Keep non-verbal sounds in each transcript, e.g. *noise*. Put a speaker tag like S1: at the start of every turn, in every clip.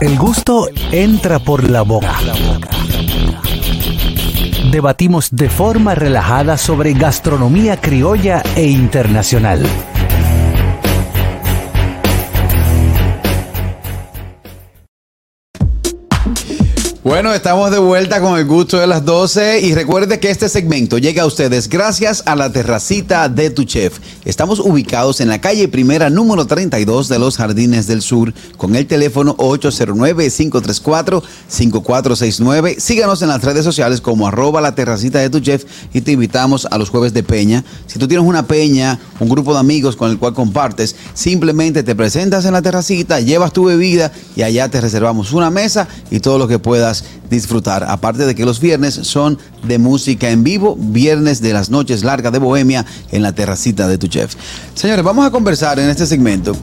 S1: El gusto entra por la boca. Debatimos de forma relajada sobre gastronomía criolla e internacional.
S2: Bueno, estamos de vuelta con el gusto de las 12 y recuerde que este segmento llega a ustedes gracias a la terracita de tu chef. Estamos ubicados en la calle primera número 32 de los Jardines del Sur con el teléfono 809-534-5469. Síganos en las redes sociales como arroba la terracita de tu chef y te invitamos a los jueves de peña. Si tú tienes una peña, un grupo de amigos con el cual compartes, simplemente te presentas en la terracita, llevas tu bebida y allá te reservamos una mesa y todo lo que puedas disfrutar. Aparte de que los viernes son de música en vivo, viernes de las noches largas de Bohemia en la terracita de tu chef. Señores, vamos a conversar en este segmento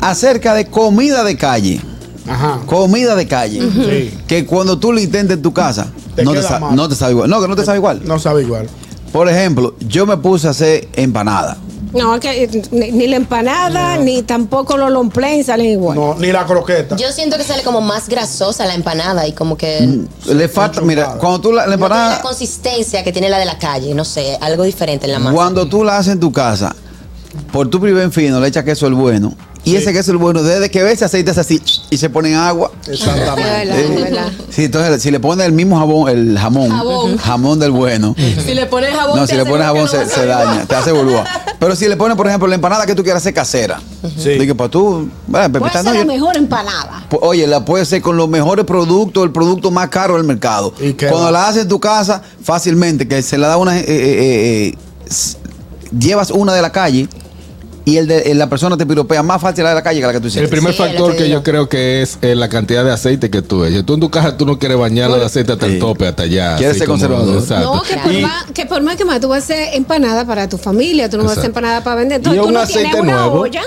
S2: acerca de comida de calle.
S3: Ajá.
S2: Comida de calle.
S3: Sí.
S2: Que cuando tú lo intentes en tu casa,
S3: Te
S2: no, te
S3: queda
S2: sa-
S3: mal.
S2: no te sabe igual. No, que no te sabe igual.
S3: No sabe igual.
S2: Por ejemplo, yo me puse a hacer empanada.
S4: No, que eh, ni, ni la empanada, ni tampoco los lomplén salen igual.
S3: No, ni la croqueta.
S5: Yo siento que sale como más grasosa la empanada y como que
S2: Mm.
S5: no
S2: Le falta, mira,
S3: chocada.
S2: cuando tú la, la
S5: tiene
S2: empanada.
S5: la consistencia que tiene la de la calle, no sé, algo diferente en la masa.
S2: Cuando tú la haces en tu casa, por tu primer fino le echas queso el bueno. Y ese queso el bueno, desde que ves, aceite es así y se pone en agua. Eh,
S4: Es
S3: Exactamente.
S4: verdad, es verdad.
S2: Sí, entonces si le pones el mismo jabón, el jamón,
S4: Jabón.
S2: jamón del bueno.
S4: Si le pones jabón,
S2: No,
S4: te
S2: si le
S4: aseguro
S2: pones jabón
S4: que no
S2: se,
S4: vas a
S2: se
S4: volver.
S2: daña, te hace burbuja. Pero si le pones, por ejemplo, la empanada que tú quieras hacer casera.
S3: Sí.
S2: Digo, para tú, bueno,
S4: Puede
S2: Pepita,
S4: ser
S2: no,
S4: la
S2: yo-
S4: mejor empanada.
S2: Pu- Oye, la puede ser con los mejores productos, el producto más caro del mercado.
S3: ¿Y qué
S2: Cuando
S3: va?
S2: la haces en tu casa, fácilmente, que se la da una. eh, eh, eh, s- llevas una de la calle y el de, eh, la persona te piropea más fácil la de la calle que la que tú
S6: El
S2: hiciste.
S6: primer
S5: Sí, lo
S6: factor
S5: que
S6: que,
S5: digo.
S6: yo creo que es eh, la cantidad de aceite que tú eches. Tú en tu casa tú no quieres bañarla de aceite hasta
S2: Sí.
S6: el tope, hasta allá.
S2: Quieres
S6: así
S2: ser
S6: como-
S2: conservador.
S6: exacto.
S4: No, que por,
S5: Y-
S4: más, que por más que más tú vas a hacer empanada para tu familia, tú no vas a hacer
S6: Exacto.
S4: empanada para vender.
S6: Y
S4: Entonces, tú
S6: un
S4: no tienes
S6: aceite
S4: una
S6: nuevo.
S4: olla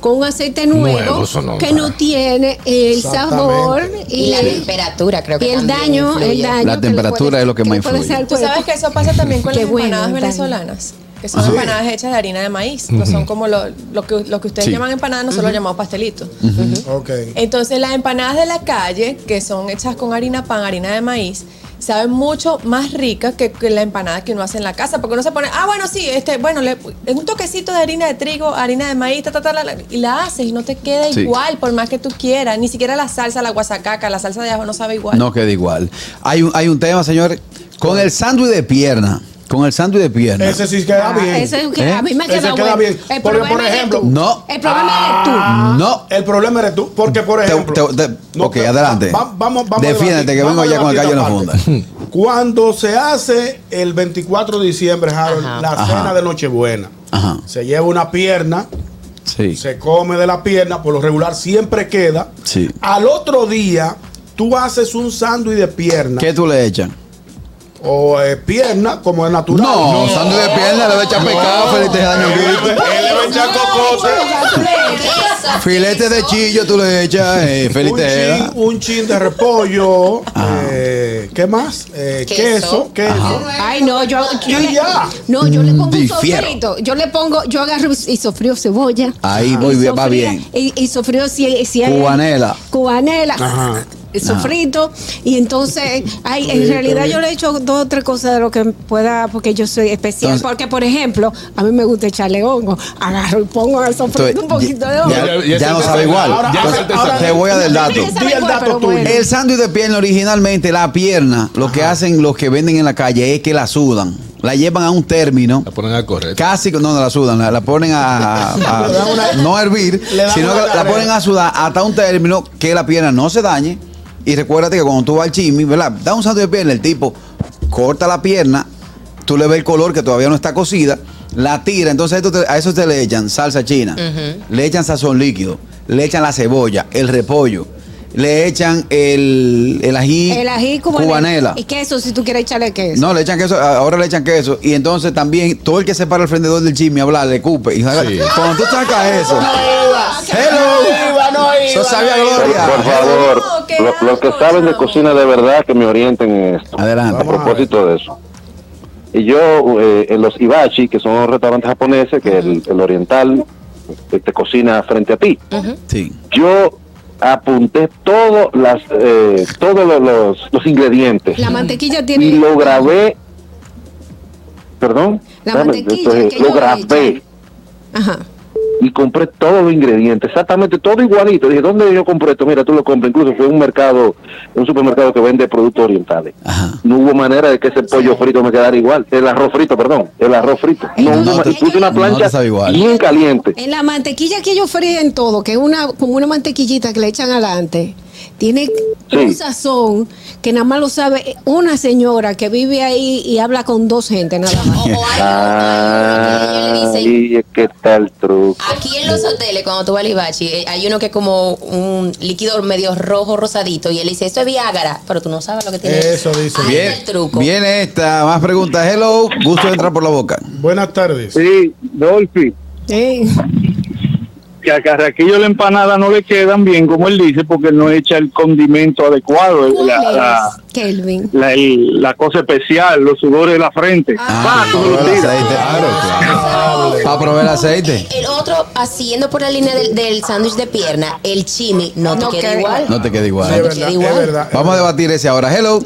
S4: con un aceite nuevo,
S6: Nuevo, eso no,
S4: que no
S6: para.
S4: tiene el
S3: Exactamente.
S4: sabor
S5: y
S4: y,
S5: la temperatura creo
S4: y
S5: que
S4: el
S5: también
S4: daño,
S5: influye.
S4: el daño.
S2: La
S4: que le
S2: temperatura
S4: puede-
S2: es lo que más
S4: le puede
S2: influye.
S4: hacer al
S7: Tú sabes
S4: cuerpo.
S7: que eso pasa también con
S4: Pues, Qué
S7: las
S4: bueno,
S7: empanadas
S4: Dani.
S7: venezolanas, que
S8: Ah,
S7: son empanadas hechas de harina de maíz, no son como lo, lo que, lo que ustedes
S2: Sí.
S7: llaman empanadas, nosotros lo llamamos pastelitos.
S3: Ok.
S7: Entonces las empanadas de la calle, que son hechas con harina pan, harina de maíz, saben mucho más ricas que, que la empanada que uno hace en la casa, porque uno se pone, ah, bueno, sí, este, bueno, le, un toquecito de harina de trigo, harina de maíz, ta, ta, ta, la, la", y la haces y no te queda
S2: Sí.
S7: igual, por más que tú quieras, ni siquiera la salsa, la guasacaca, la salsa de ajo no sabe igual.
S2: No queda igual. Hay un, hay un tema, señor, con el sándwich de pierna. Con el sándwich de pierna.
S3: Ese sí queda
S4: Ah,
S3: bien.
S4: ese es que
S2: ¿Eh?
S4: a mí me
S3: Ese
S4: queda,
S3: queda
S4: bueno.
S3: bien.
S4: El
S3: Porque, por
S4: problema eres
S3: ejemplo- Ah.
S4: tú.
S2: No.
S4: El problema eres tú.
S2: Ah. No.
S3: El problema eres tú, porque por
S2: Te-
S3: ejemplo.
S2: te- te- ok,
S3: te-
S2: adelante.
S3: va- vamos, vamos. a
S2: Defiéndete,
S3: debatir,
S2: que vengo
S3: vamos a
S2: allá con el
S3: debatir
S2: gallo en la
S3: aparte. Cuando se hace el 24 de diciembre, Harold,
S5: Ajá.
S3: la
S2: Ajá.
S3: cena de Nochebuena,
S2: Ajá.
S3: se lleva una pierna,
S2: Sí.
S3: se come de la pierna, por lo regular siempre queda.
S2: Sí.
S3: Al otro día, tú haces un sándwich de pierna
S2: ¿Qué tú le echan?
S3: o eh, pierna, como es natural. Ah,
S2: No, sándwich de pierna le va a echar pescado, filete de daño
S3: Él le va a echar cocote.
S5: Eso,
S2: Filete de
S5: eso.
S2: chillo tú le echas, eh,
S3: Un
S2: filete de Ah.
S3: chin, un chin de repollo. eh, ¿Qué más? Eh,
S5: Queso.
S3: queso. Queso.
S4: Ay, no, yo, yo
S3: Y
S4: le,
S3: ya.
S4: no, yo le pongo un
S2: Mm, Difiero.
S4: sofrito. Yo le pongo, yo agarro y sofrío cebolla.
S2: Ahí voy
S4: Y
S2: bien, va
S4: sofría-
S2: bien.
S4: Y, y sofrío si, si hay-
S2: Cubanela.
S4: Cubanela.
S3: Ajá.
S4: y Sofrito, y entonces, ay, en realidad yo le echo dos o tres cosas de lo que pueda, porque yo soy especial.
S2: Entonces-
S4: porque, por ejemplo, a mí me gusta echarle hongo. Agarro y pongo al sofrito
S2: Entonces,
S4: un poquito de
S2: ya-
S4: hongo.
S2: Ya,
S6: Ya- ya
S2: no
S6: se
S2: sabe
S6: te-
S2: igual.
S3: ahora-
S2: Entonces,
S6: ahora- ahora-
S2: te voy a dar el dato.
S4: Tiene que
S3: Di
S4: saber
S3: el
S4: cuál,
S3: dato
S4: pero
S3: tuyo.
S4: bueno.
S2: El sándwich de pierna originalmente, la pierna, lo que hacen los que venden en la calle es que la sudan. La llevan a un término.
S6: La ponen a correr.
S2: Casi, no, no la sudan, la, la ponen a, a- a-
S3: *laughs* Le dan una-
S2: no a hervir,
S3: le dan
S2: sino
S3: una
S2: que la
S3: carrera.
S2: ponen a sudar hasta un término que la pierna no se dañe. Y recuérdate que cuando tú vas al chimi, ¿verdad? Da un sándwich de pierna, el tipo corta la pierna, tú le ves el color que todavía no está cocida, la tira, entonces esto te- a eso te le echan salsa china, le echan sazón líquido, le echan la cebolla, el repollo, le echan el, el ají,
S4: El ají cubanela. Y queso, si tú quieres echarle queso.
S2: no, le echan queso, a- ahora le echan queso. Y entonces también todo el que se para al frente del Jimmy a hablar, le cupe. Y saca-
S6: Sí.
S2: cuando tú sacas eso.
S3: No iba,
S2: ¡Hello!
S3: no iba,
S2: Eso sabía
S3: no iba.
S8: Por,
S2: gloria.
S8: por favor,
S7: No, qué
S8: lo- los que
S7: asco,
S8: saben de
S7: chavo.
S8: cocina de verdad que me orienten en esto.
S2: Adelante.
S8: A propósito de eso. Y yo, eh, en los Ibachi, que son restaurantes japoneses, que el, el oriental eh, te cocina frente a ti.
S2: Sí.
S8: Yo apunté todos las eh, todos los, los, los ingredientes
S4: La mantequilla tiene.
S8: y lo grabé perdón
S4: La
S8: Dame,
S4: mantequilla
S8: entonces,
S4: que
S8: lo
S4: yo
S8: grabé
S4: echo. Ajá.
S8: y compré todos los ingredientes, exactamente todo igualito. Dije, ¿dónde yo compré esto? Mira, tú lo compras. Incluso fue un mercado, un supermercado que vende productos orientales.
S2: Ajá.
S8: No hubo manera de que ese pollo frito me quedara igual. El arroz frito, perdón. El arroz frito. No,
S4: Entonces,
S8: hubo
S2: no te-
S8: manera. Puse una
S2: no te
S8: plancha
S2: sabe igual. Eh,
S8: bien caliente.
S4: En la mantequilla que ellos fríen todo, que es una como una mantequillita que le echan adelante, tiene
S8: Sí.
S4: un sazón que nada más lo sabe una señora que vive ahí y habla con dos gente nada
S5: *laughs*
S4: más.
S5: O, o hay
S8: Ah,
S5: uno que le dicen,
S8: y qué tal truco.
S5: Aquí en los hoteles, cuando tú vas al Ibachi, eh, hay uno que es como un líquido medio rojo, rosadito, y él dice, esto es Viagra, pero tú no sabes lo que tiene.
S3: Eso dice.
S5: Ahí
S2: Bien,
S5: está el truco.
S2: bien esta, más preguntas. Hello, gusto de entrar por la boca.
S3: Buenas tardes.
S9: Sí, Dolphy,
S4: Eh,
S9: que a Carraquillo la empanada no le quedan bien, como él dice, porque no echa el condimento adecuado, el-
S4: ¿Cuál
S9: la,
S4: es,
S9: la-
S4: Kelvin?
S9: la- el- la cosa especial, los sudores de la frente.
S2: Ah,
S9: Va, tú lo
S2: para proveer
S9: tiras.
S2: aceite. Para proveer aceite.
S5: El otro, haciendo por la línea del, del sándwich de pierna, el chimi, no te
S4: No
S5: queda
S4: queda
S5: igual.
S2: No te queda
S3: Sí, es
S2: igual.
S3: verdad, es
S5: igual.
S3: verdad.
S2: Vamos a debatir ese ahora. Hello.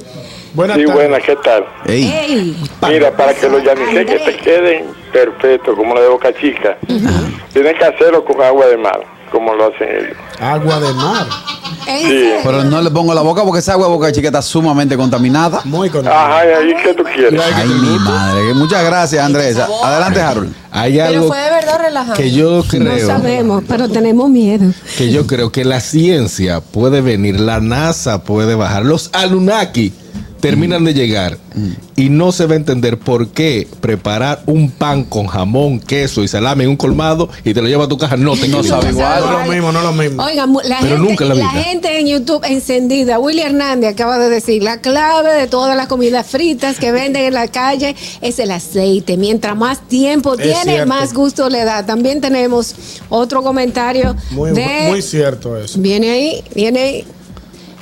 S3: Buenas
S10: Sí,
S3: tardes.
S10: buena, ¿qué tal?
S2: Ey,
S4: Ey,
S10: Mira, para que los yaniqueques te queden perfectos, como la de Boca Chica, tienen que hacerlo con agua de mar, como lo hacen ellos.
S3: Agua de mar.
S4: ¿en
S10: Sí.
S4: serio?
S2: pero no le pongo la boca porque esa agua de boca chica está sumamente contaminada.
S3: Muy con
S10: Ajá, ¿y ahí qué tú quieres?
S2: Ay, mi madre. Muchas gracias, Andrés. Adelante, Harold.
S6: Hay
S7: Pero
S6: algo
S7: fue de verdad relajante.
S6: que yo
S4: no
S6: creo.
S4: sabemos, pero tenemos miedo.
S6: que yo creo que la ciencia puede venir, la NASA puede bajar, los Anunnaki terminan
S2: Mm.
S6: de llegar y no se va a entender por qué preparar un pan con jamón, queso y salame en un colmado y te lo lleva a tu casa no te
S2: No
S6: equilibra.
S2: sabe igual.
S3: No lo mismo, no lo mismo.
S4: Oiga, mu- la,
S6: Pero
S4: gente,
S6: nunca en la
S4: la
S6: vida.
S4: gente en YouTube encendida, Willy Hernández acaba de decir, la clave de todas las comidas fritas que venden en la calle es el aceite. Mientras más tiempo
S3: Es
S4: tiene,
S3: cierto.
S4: más gusto le da. También tenemos otro comentario
S3: Muy,
S4: de...
S3: muy cierto eso.
S4: viene ahí, viene ahí.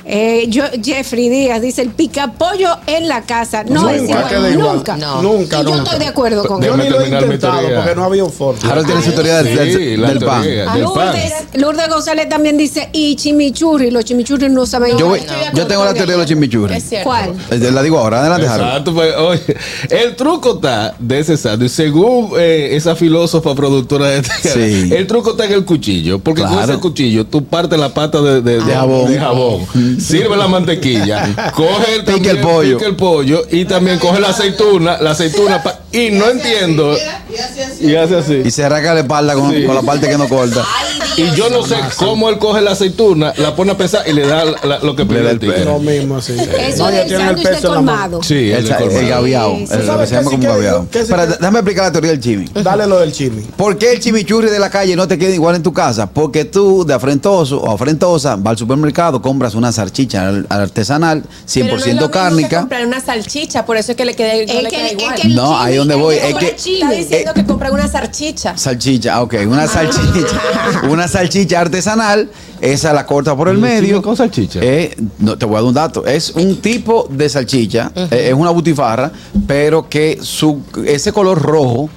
S4: Eh, yo, Jeffrey Díaz dice, el picapollo en la casa. No,
S3: No,
S4: es
S3: nunca
S4: igual,
S3: queda igual.
S4: nunca.
S3: No. Nunca,
S4: Y yo
S3: nunca.
S4: estoy de acuerdo con
S6: Déjame
S3: Yo
S4: él.
S3: ni lo he
S6: terminar mi
S3: intentado
S6: teoría.
S3: porque no había forma.
S2: Harold tiene su teoría del,
S6: Sí,
S2: del-
S6: la
S2: del pan.
S6: teoría.
S4: A
S6: del pan.
S4: Lourdes, Lourdes González también dice, y chimichurri, los chimichurri no saben
S2: Yo, voy-
S4: igual.
S2: yo tengo la teoría de los chimichurri.
S7: Es cierto.
S4: ¿Cuál?
S2: Eh, La digo ahora. Adelante, Harold.
S6: Exacto, pues, oye, el truco está de ese sándwich. Según eh, esa filósofa productora de este canal,
S2: Sí.
S6: *laughs* el truco está en el cuchillo. Porque con
S2: Claro.
S6: ese cuchillo tú partes la pata de, de- de-
S2: jabón.
S6: de jabón,
S2: *laughs*
S6: sirve la mantequilla, coge el,
S2: Pica
S6: también
S2: el pollo.
S6: pica el pollo y también coge la aceituna. La aceituna pa- y no entiendo. Y hace así.
S2: Y se rasca la espalda con,
S6: Sí.
S2: con la parte que no corta.
S6: Y yo no sé cómo él coge la aceituna, la pone a pesar y le da la- lo que pide
S2: da
S6: el
S2: el
S6: tigre.
S3: Lo mismo, sí.
S4: Eso es el sándwich de colmado.
S6: Sí, el
S2: El,
S6: de
S2: el
S6: colmado.
S2: gaviao.
S4: Sí, sí.
S2: El- lo que
S3: ¿Sabes
S2: se
S3: qué
S2: llama
S3: sí
S2: como
S3: que-
S2: gaviao.
S3: qué sí
S2: Espera,
S3: que-
S2: déjame explicar la teoría del chimi.
S3: Dale lo del chimi.
S2: ¿Por qué el chimichurri de la calle no te queda igual en tu casa? Porque tú, de afrentoso o afrentosa, vas al supermercado, compras una salchicha al- al artesanal, 100%
S7: Pero no es lo mismo que
S2: cárnica.
S7: comprar una salchicha, por eso es que le queda, no
S4: Es que-
S7: le queda
S4: es
S7: igual.
S4: que el
S2: No, ahí
S4: chimi-
S2: donde
S4: el
S2: voy,
S4: que
S2: es
S4: come
S2: que- eh,
S7: Está
S4: chimi.
S7: diciendo que compran una salchicha.
S2: Salchicha, ah, ok, una salchicha, una salchicha artesanal, esa la corta por el
S6: ¿Y el
S2: medio.
S6: chimi con salchicha?
S2: Eh, no, te voy a dar un dato, es un tipo de salchicha, eh, es una butifarra, pero que su, ese color rojo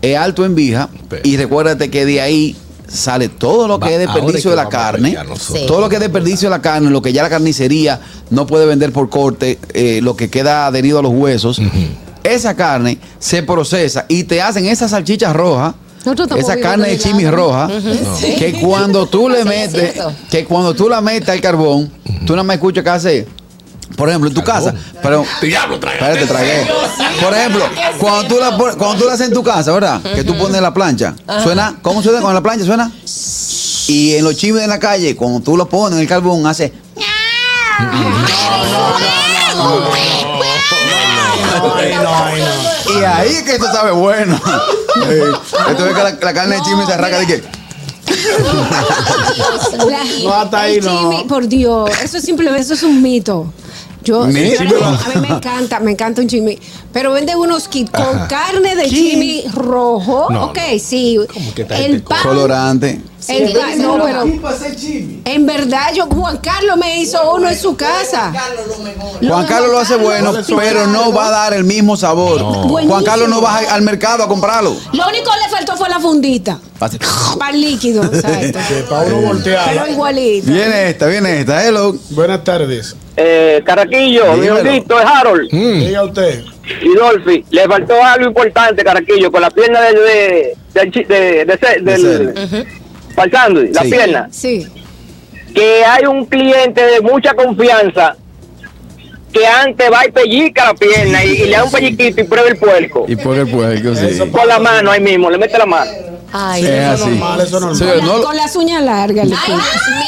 S2: es alto en vija
S6: Pero-
S2: y recuérdate que de ahí sale todo lo que
S6: Va-
S2: es
S6: ahora es que
S2: desperdicio de la
S6: vamos a
S2: carne,
S6: pelear nosotros.
S5: Sí.
S2: todo lo que es desperdicio de la carne, lo que ya la carnicería no puede vender por corte, eh, lo que queda adherido a los huesos. Esa carne se procesa y te hacen esas salchichas rojas
S4: Nosotros estamos
S2: esa
S4: viviendo
S2: carne de
S4: de
S2: chimis
S4: lado.
S2: roja que cuando tú le
S5: Sí, es
S2: metes
S5: cierto.
S2: que cuando tú la metes al carbón tú no me escuchas que hace por ejemplo en tu casa pero
S6: Diablo, trágate
S2: espérate tragué por ejemplo cuando tú la pon- cuando tú la haces en tu casa verdad que tú pones la plancha suena cómo suena con la plancha suena y en los chimis de la calle cuando tú lo pones en el carbón hace
S3: Ay, no, ay, no.
S2: y ahí es que esto sabe *laughs* bueno entonces que la, la carne de chimis se arranca de que
S4: La-
S3: No, hasta ahí
S4: el
S3: no.
S4: chimi, por Dios, eso es simple, eso es un mito. Yo,
S2: Ni-
S4: señores,
S2: chimi
S4: a mí me encanta, me encanta un chimi. Pero venden unos kits con carne de chimi rojo.
S6: No,
S4: ok, sí.
S6: ¿Cómo que esta
S4: El
S6: gente
S4: pan.
S2: colorante
S4: En- no, pero- en verdad, yo, Juan Carlos me hizo uno en su casa.
S2: Juan Carlos lo hace bueno, pero no va a dar el mismo sabor. Juan Carlos no va a- al mercado a comprarlo.
S4: Lo único que le faltó fue la fundita.
S2: Hace-
S4: Para el líquido, exacto. Pero igualito.
S2: Viene esta, viene esta. Hello.
S3: Buenas tardes.
S11: Eh, Caraquillo,
S2: Dímelo.
S11: Leonito, es Harold.
S6: Mm.
S3: Diga usted.
S11: Y Dolphy, le faltó algo importante, Caraquillo, con la pierna del. De, del chi- de- de ce- del- para el sándwich, la
S2: Sí.
S11: pierna.
S4: Sí.
S11: Que hay un cliente de mucha confianza que antes va y pellica la pierna y, y le da un pelliquito y prueba el puerco.
S12: Y por el puerco, sí.
S11: Con la mano ahí mismo, le mete la mano.
S5: Ay,
S12: Es
S5: Dios
S12: así.
S3: Normal, eso normal.
S2: Sí, no,
S4: Con las uñas largas. le pico.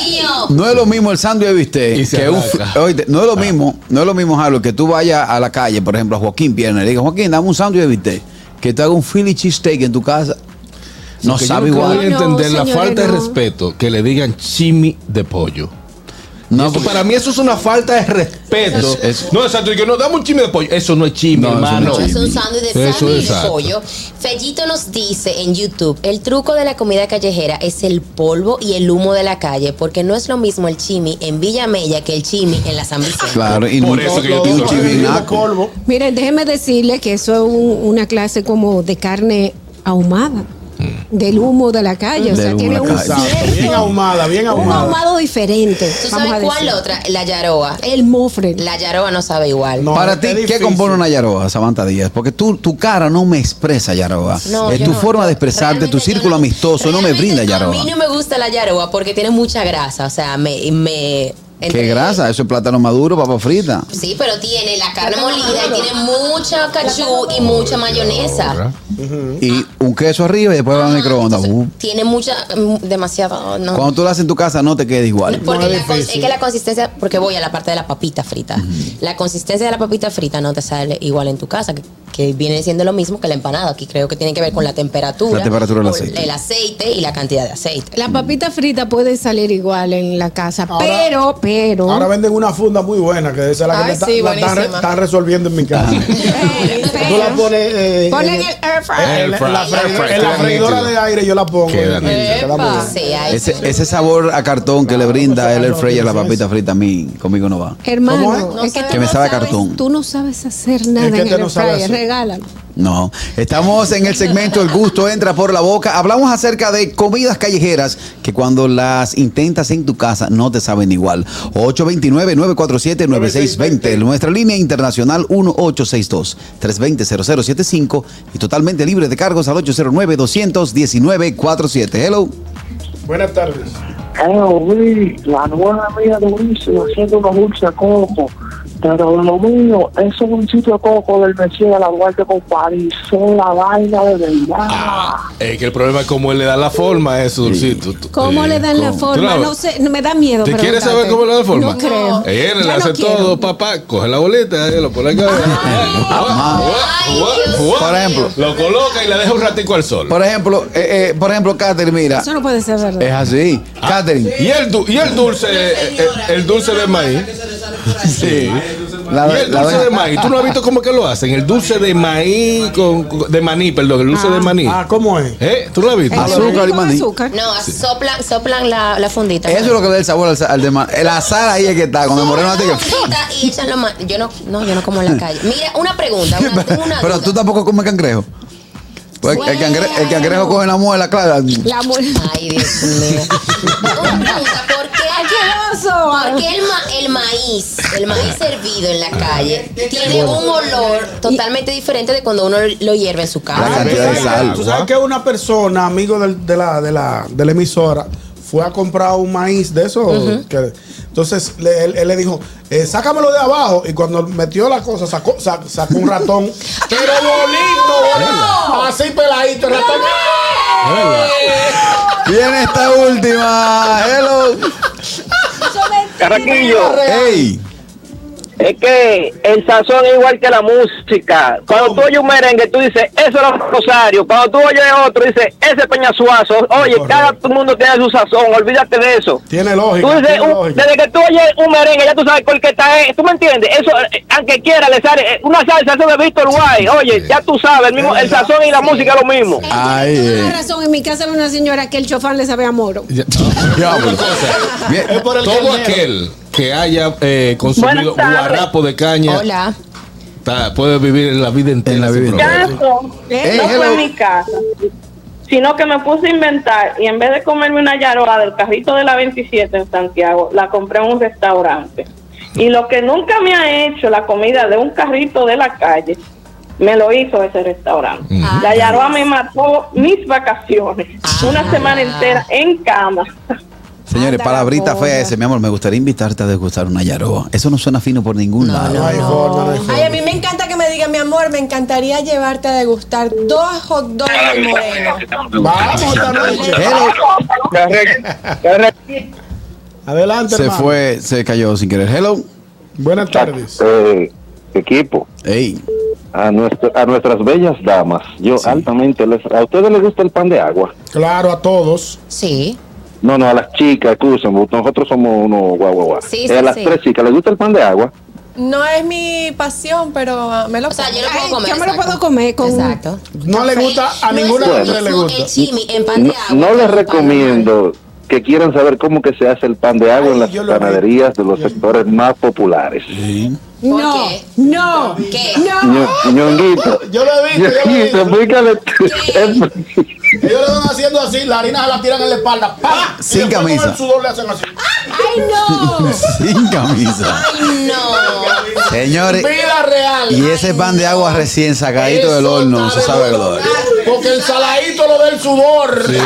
S5: mío.
S2: no es lo mismo el sándwich de bistec
S6: se
S2: que un
S6: arranca. Ah.
S2: fr- oíste, no es lo mismo, no es lo mismo Harold, que tú vayas a la calle, por ejemplo, a Joaquín Pierna y le digas, "Joaquín, dame un sándwich de bistec." Que te haga un Philly cheesesteak en tu casa. No
S6: Porque yo
S2: sabe
S6: nunca
S2: igual.
S6: voy a
S4: No,
S6: entender la
S4: señores,
S6: falta de
S4: no.
S6: respeto que le digan chimi de pollo.
S2: No, pues,
S6: Eso
S2: porque-
S6: para mí eso es una falta de respeto.
S2: Es- es-
S6: no, exacto, y que no dame un chimi de pollo. Eso no es chimi,
S2: No, eso no es
S6: hermano.
S5: No, es un
S2: Jimmy.
S5: sándwich de
S6: Eso
S5: sándwich
S6: es
S5: y
S6: exacto.
S5: pollo. Fellito nos dice en YouTube, el truco de la comida callejera es el polvo y el humo de la calle, porque no es lo mismo el chimi en Villa Mella que el chimi en la San Vicente.
S2: Claro, y
S6: Por
S2: no-
S6: eso que yo
S2: y
S6: te
S2: un
S6: digo.
S2: chivinaco.
S3: Colvo.
S4: Miren, déjeme decirle que eso es un- una clase como de carne ahumada,
S6: Mm.
S4: del humo de la calle. O
S2: Del
S4: sea,
S2: humo
S4: tiene
S2: de la
S4: un
S2: calle.
S3: Exacto. Bien
S4: cierto,
S3: ahumada, bien
S4: un
S3: ahumada.
S4: ahumado diferente.
S5: ¿Tú
S4: vamos a
S5: sabes cuál
S4: decir.
S5: otra? La yaroa.
S4: El mofre.
S5: La yaroa no sabe igual.
S3: No,
S2: Para
S3: no,
S2: ti,
S3: es
S2: ¿qué
S3: difícil.
S2: compone una yaroa, Samantha Díaz? Porque tú, tu cara no me expresa yaroa.
S5: No,
S2: es
S5: yo
S2: tu
S5: no.
S2: forma de expresarte, tu
S5: Realmente yo
S2: círculo
S5: no-
S2: amistoso no me
S5: realmente
S2: brinda
S5: A
S2: yaroa.
S5: mí no me gusta la yaroa porque tiene mucha grasa, o sea, me... me
S2: ¿Qué
S5: entre-
S2: grasa? Eso es plátano maduro, papa frita.
S5: Sí, pero tiene la carne molida y tiene mucha cachú y mucha mayonesa.
S2: Y un queso arriba y después va al microondas.
S5: Ah,
S2: Uh.
S5: Tiene mucha, mm, demasiada, no.
S2: Cuando tú lo haces en tu casa no te queda igual.
S5: Porque la cons- es que la consistencia, porque voy a la parte de la papita frita. La consistencia de la papita frita no te sale igual en tu casa, que, que viene siendo lo mismo que la empanada. Aquí creo que tiene que ver con la temperatura.
S2: La temperatura del
S5: o
S2: aceite.
S5: El aceite y la cantidad de aceite.
S4: La papita frita puede salir igual en la casa,
S3: Ahora-
S4: pero, pero.
S3: Ahora venden una funda muy buena, que esa es la que
S7: Ay,
S3: está-
S7: sí,
S3: la están, re-
S7: buenísima.
S3: están resolviendo en mi casa. Tú la
S4: pero
S3: pones eh,
S4: Ponle
S3: en
S4: en el air fryer.
S3: en la- en la
S6: Air fryer,
S3: freidora- en
S6: queda
S3: la freidora
S6: nítido.
S3: de aire yo la pongo.
S6: Queda
S3: Eh,
S6: nítido.
S3: queda muy bien.
S5: Sí, ahí
S2: Ese, ese sabor a cartón que le brinda el air fryer a la papita frita a mí, conmigo no va.
S4: Hermano,
S3: ¿Cómo
S4: es que,
S2: Que
S4: tú
S2: me
S4: no
S2: sabe a
S4: sabes-
S2: cartón.
S4: Tú no sabes hacer nada
S3: Es que
S4: en
S3: tú
S4: el
S3: no
S4: air
S3: sabes
S4: fryer.
S3: hacer.
S4: Regálalo.
S2: No, estamos en el segmento El gusto entra por la boca. Hablamos acerca de comidas callejeras que cuando las intentas en tu casa no te saben igual. 829-947-9620, nuestra línea internacional 1862-320-0075 y totalmente libre de cargos al 809-219-47. Hello.
S3: Buenas tardes.
S8: Oh, la nueva mía de Ulises haciendo unos dulces de coco. Pero lo mío, eso es un sitio de coco del Mesías de la Duarte con París. Son la vaina de verdad.
S6: Ah, es que el problema es cómo él le da la forma a ese dulcito.
S4: ¿Cómo
S6: Eh,
S4: le dan la
S6: ¿cómo?
S4: forma?
S6: Tú la-
S4: No sé, no me da miedo.
S6: ¿Te quieres
S4: preguntarte.
S6: saber cómo le da la forma?
S4: No creo.
S6: Él le
S4: Ya no
S6: hace
S4: quiero.
S6: todo, papá. Coge la bolita, eh, lo pone acá.
S2: Mamá. Por ejemplo.
S6: Lo coloca y la deja un ratico al sol.
S2: Por ejemplo, eh, eh, por ejemplo, Catherine, mira,
S4: Eso no puede ser verdad.
S2: es así. Catherine,
S6: Y el, du- y el dulce, eh, eh, el, dulce de maíz. Sí.
S2: La-
S6: y el
S2: la-
S6: dulce de maíz. ¿Tú no has visto cómo que lo hacen? El dulce de maíz con, con- de maní, perdón, el dulce de maní.
S3: Ah, ¿cómo es?
S6: ¿Eh? ¿Tú lo has visto?
S4: El de
S2: azúcar
S4: maní
S2: y
S4: con
S2: maní.
S4: azúcar.
S5: No, ah, soplan, soplan la, la fundita.
S2: eso es lo que le da el sabor al, sa- al de ma- El azar ahí es que está, con el moreno
S5: Soplan
S2: así
S5: la
S2: que-
S5: fundita y echan la ma- Yo no, no, yo no como en la calle. Mira, una pregunta, una, tengo una
S2: *laughs* Pero
S5: duda.
S2: tú tampoco comes cangrejo. Pues el, cangre- el cangrejo coge la muela, claro.
S4: La mu-
S5: Ay, Dios
S2: *laughs*
S5: mío. Una pregunta, ¿por qué?
S4: ¡Ay, qué oso!
S5: ¿Por qué el, ma- el maíz, el maíz hervido en la calle, tiene un olor totalmente diferente de cuando uno lo hierve en su
S2: La
S5: casa?
S2: cantidad de sal.
S3: Ah, Tú sabes que una persona, amigo del- de, la, de, la, de la emisora, fue a comprar un maíz de eso. que- entonces le- él, él le dijo, eh, sácamelo de abajo. Y cuando metió la cosa, sacó, sa- sacó
S7: *laughs*
S3: un ratón. pero bonito, bonito. Así peladito, el ratón.
S2: Viene esta última. Hello.
S8: Caraquillo,
S2: Hey.
S11: Es que el sazón es igual que la música. Cuando tú oyes un merengue, tú dices, eso es Rosario. Cuando tú oyes otro, dices, ese es Peñasuazo. Oye, cada mundo tiene su sazón, olvídate de eso.
S3: Tiene lógica.
S11: Tú
S7: Pues
S11: dices,
S3: tiene
S11: un-
S3: lógica.
S11: desde que tú oyes un merengue, ya tú sabes cuál que está es. ¿Tú me entiendes? Eso, eh, aunque quiera, le sale eh, una salsa, eso de Víctor Guay. Oye, ya tú sabes, el, mismo, el sazón y la música es lo mismo.
S2: Ay,
S4: Tienes
S2: eh.
S4: razón, en mi casa había una señora que el chofán le sabía a moro.
S6: *laughs*
S2: Diablo. Bien.
S3: por el
S6: Todo
S3: carnero.
S6: aquel que haya eh, consumido
S11: Buenas tardes.
S6: guarapo de caña
S5: Hola.
S6: ta- puede vivir la vida entera.
S2: la
S6: sin
S2: vida
S6: problema.
S12: Caso,
S2: Hey,
S12: no fue
S2: hello.
S12: en mi casa, sino que me puse a inventar y en vez de comerme una yaroa del carrito de la 27 en Santiago, la compré en un restaurante. Y lo que nunca me ha hecho la comida de un carrito de la calle, me lo hizo ese restaurante.
S6: Mm.
S7: Ah.
S12: La yaroa me mató mis vacaciones,
S5: Ah,
S12: una semana entera en cama.
S2: Señores,
S4: Anda, la
S2: palabrita fea
S4: bola.
S2: ese, mi amor. Me gustaría invitarte a degustar una yaroa. Eso no suena fino por ningún lado.
S3: No hay forma, no hay
S7: Ay, a
S3: forma.
S7: mí me encanta que me diga, mi amor, me encantaría llevarte a degustar dos hot dogs del moreno.
S3: Vamos esta noche.
S2: Hello.
S3: Adelante,
S2: Se
S3: hermano.
S2: fue, se cayó sin querer. Hello.
S3: Buenas tardes.
S10: Eh, equipo,
S2: Hey.
S10: a, nuestro- a nuestras bellas damas, yo
S2: Sí.
S10: altamente les... ¿A ustedes les gusta el pan de agua?
S3: Claro, a todos.
S5: Sí.
S10: No, no, a las chicas, escúchame, nosotros somos unos guau, guau, guau.
S5: Sí,
S10: Eh,
S5: sí,
S10: a las
S5: sí.
S10: tres chicas, ¿les gusta el pan de agua?
S7: No es mi pasión, pero ah, me lo
S5: O sea, yo lo
S4: Ay,
S5: puedo comer.
S4: yo me lo
S5: exacto.
S4: puedo comer con-
S5: Exacto.
S3: No le gusta a ninguna de
S10: Bueno.
S3: ustedes le
S5: No,
S3: gusta.
S5: El chimi en pan
S10: No,
S5: de agua.
S10: no les
S5: con pan
S10: recomiendo que quieran saber cómo que se hace el pan de agua
S3: Ay,
S10: en las
S3: yo lo vi.
S10: panaderías de los sectores más populares.
S5: ¿Por
S4: No,
S5: qué?
S4: no,
S5: ¿Qué?
S4: no.
S10: Ño- *laughs* Ñonguito,
S3: Yo lo he
S10: *laughs*
S3: visto, yo lo he
S10: Ñonguito,
S3: visto.
S10: explícale tú.
S3: Ellos le van haciendo así, la harina se la tiran en la espalda. ¡pa!
S2: Sin
S3: y después con
S2: camisa.
S3: el sudor le hacen así.
S4: Ay, no.
S2: *laughs* Sin camisa.
S5: Ay, no.
S2: Señores.
S3: Vida real.
S2: Y ese pan de agua recién sacadito del
S3: Eso
S2: horno, no
S3: está
S2: se
S3: de
S2: sabe el
S3: otro
S2: olor.
S3: lado, Porque el saladito lo ve el sudor.
S6: Sí.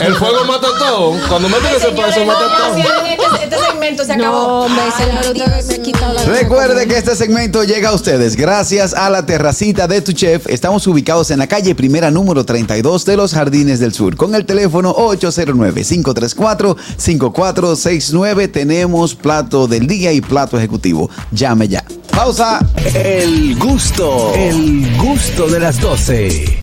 S6: El fuego mata todo. Cuando meten ese pan, eso
S7: Señores,
S6: mata
S7: no,
S6: todo.
S7: gracias, este, este segmento se
S4: No,
S7: acabó.
S4: hombre,
S7: Ay,
S4: señor, otra Ah, vez me ha quitado la
S2: Recuerde que este segmento llega a ustedes gracias a la terracita de tu chef. Estamos ubicados en la calle primera número 32 de los Jardines del Sur con el teléfono 809-534-5469. Tenemos plato del día y plato ejecutivo. Llame ya. Pausa.
S1: El gusto, el gusto de las 12.